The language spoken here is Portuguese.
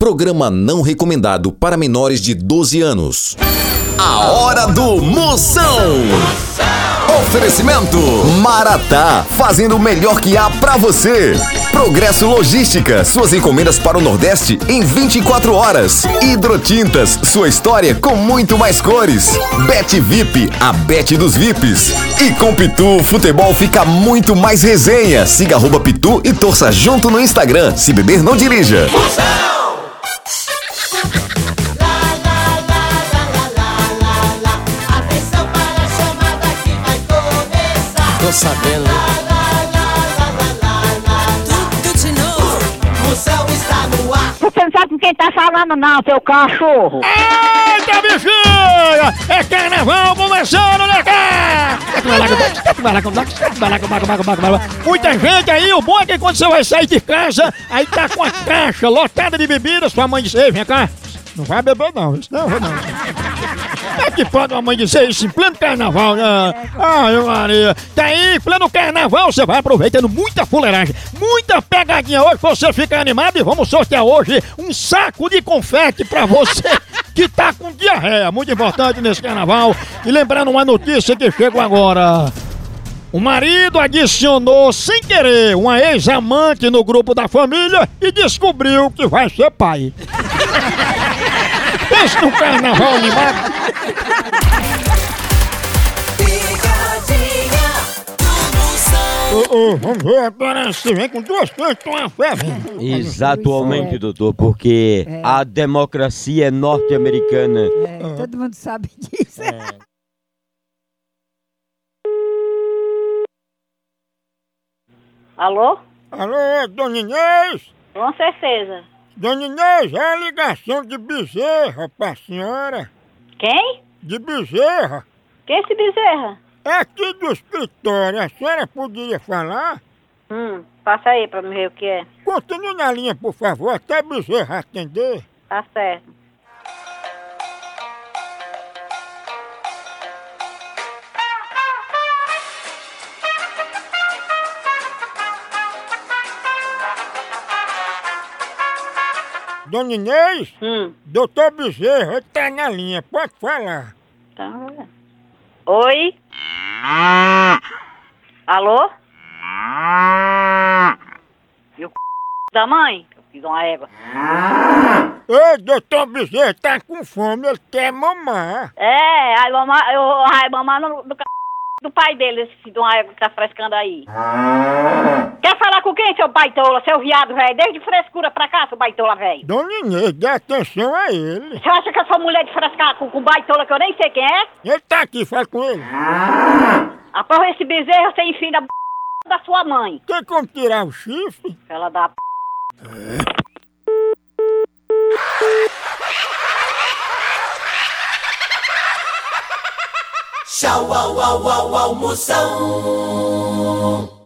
Programa não recomendado para menores de 12 anos. A hora do Moção. Oferecimento Maratá, fazendo o melhor que há pra você. Progresso Logística, suas encomendas para o Nordeste em 24 horas. Hidrotintas, sua história com muito mais cores. Bet VIP, a bet dos VIPs. E com Pitu, futebol fica muito mais resenha. Siga arroba Pitu e torça junto no Instagram. Se beber, não dirija. Atenção para a chamada que vai começar. Tô sabendo. Tudo de novo. Moção está no ar. Você não sabe com quem tá falando não, seu cachorro. Eita, bichinha! É carnaval começando, né, cara? Muita gente aí, o bom é que quando você vai sair de casa, aí tá com a caixa lotada de bebida, sua mãe diz, "Ei, vem cá, não vai beber não, isso não, vou não. Como é que pode uma mãe dizer isso em pleno carnaval, né? Ai, Maria. Tá aí, em pleno carnaval, você vai aproveitando muita fuleiragem, muita pegadinha hoje, você fica animado e vamos sortear hoje um saco de confete pra você que tá com diarreia. Muito importante nesse carnaval. E lembrando uma notícia que chegou agora. O marido adicionou sem querer uma ex-amante no grupo da família e descobriu que vai ser pai. Pense no carnaval animado. Picadinha do Moção. Ô, ô, vamos ver agora se vem com duas coisas que estão a ferro. Exatamente, doutor, porque a democracia é norte-americana. É, Todo mundo sabe disso. Alô? Alô, Dona Inês? Com certeza. Dona Inês, é a ligação de Bezerra pra senhora. Quem? De Bezerra? Quem é esse Bezerra? É aqui do escritório, a senhora poderia falar? Hum, passa aí pra me ver o que é. Continue na linha, por favor, até Bezerra atender. Tá certo. Dona Inês, Hum, doutor Bezerra tá na linha, pode falar. então... Oi? Alô? E o c... da mãe? Eu fiz uma égua. Ei, doutor Bezerra tá com fome, ele quer mamar. É, aí mamar, eu, ai, mamar no, do c... do pai dele, esse filho de uma égua que tá frescando aí. Quer falar com quem, seu baitola, seu viado, velho? Desde frescura pra cá, seu baitola, velho. Dona Inês, dê atenção a ele. Você acha que eu sou mulher de frescar com, com baitola que eu nem sei quem é? Ele tá aqui, fala com ele. Após esse bezerro, você enfia na b... da sua mãe. Tem como tirar o chifre? Ela dá p... Tchau, au, au, au, au, Moção.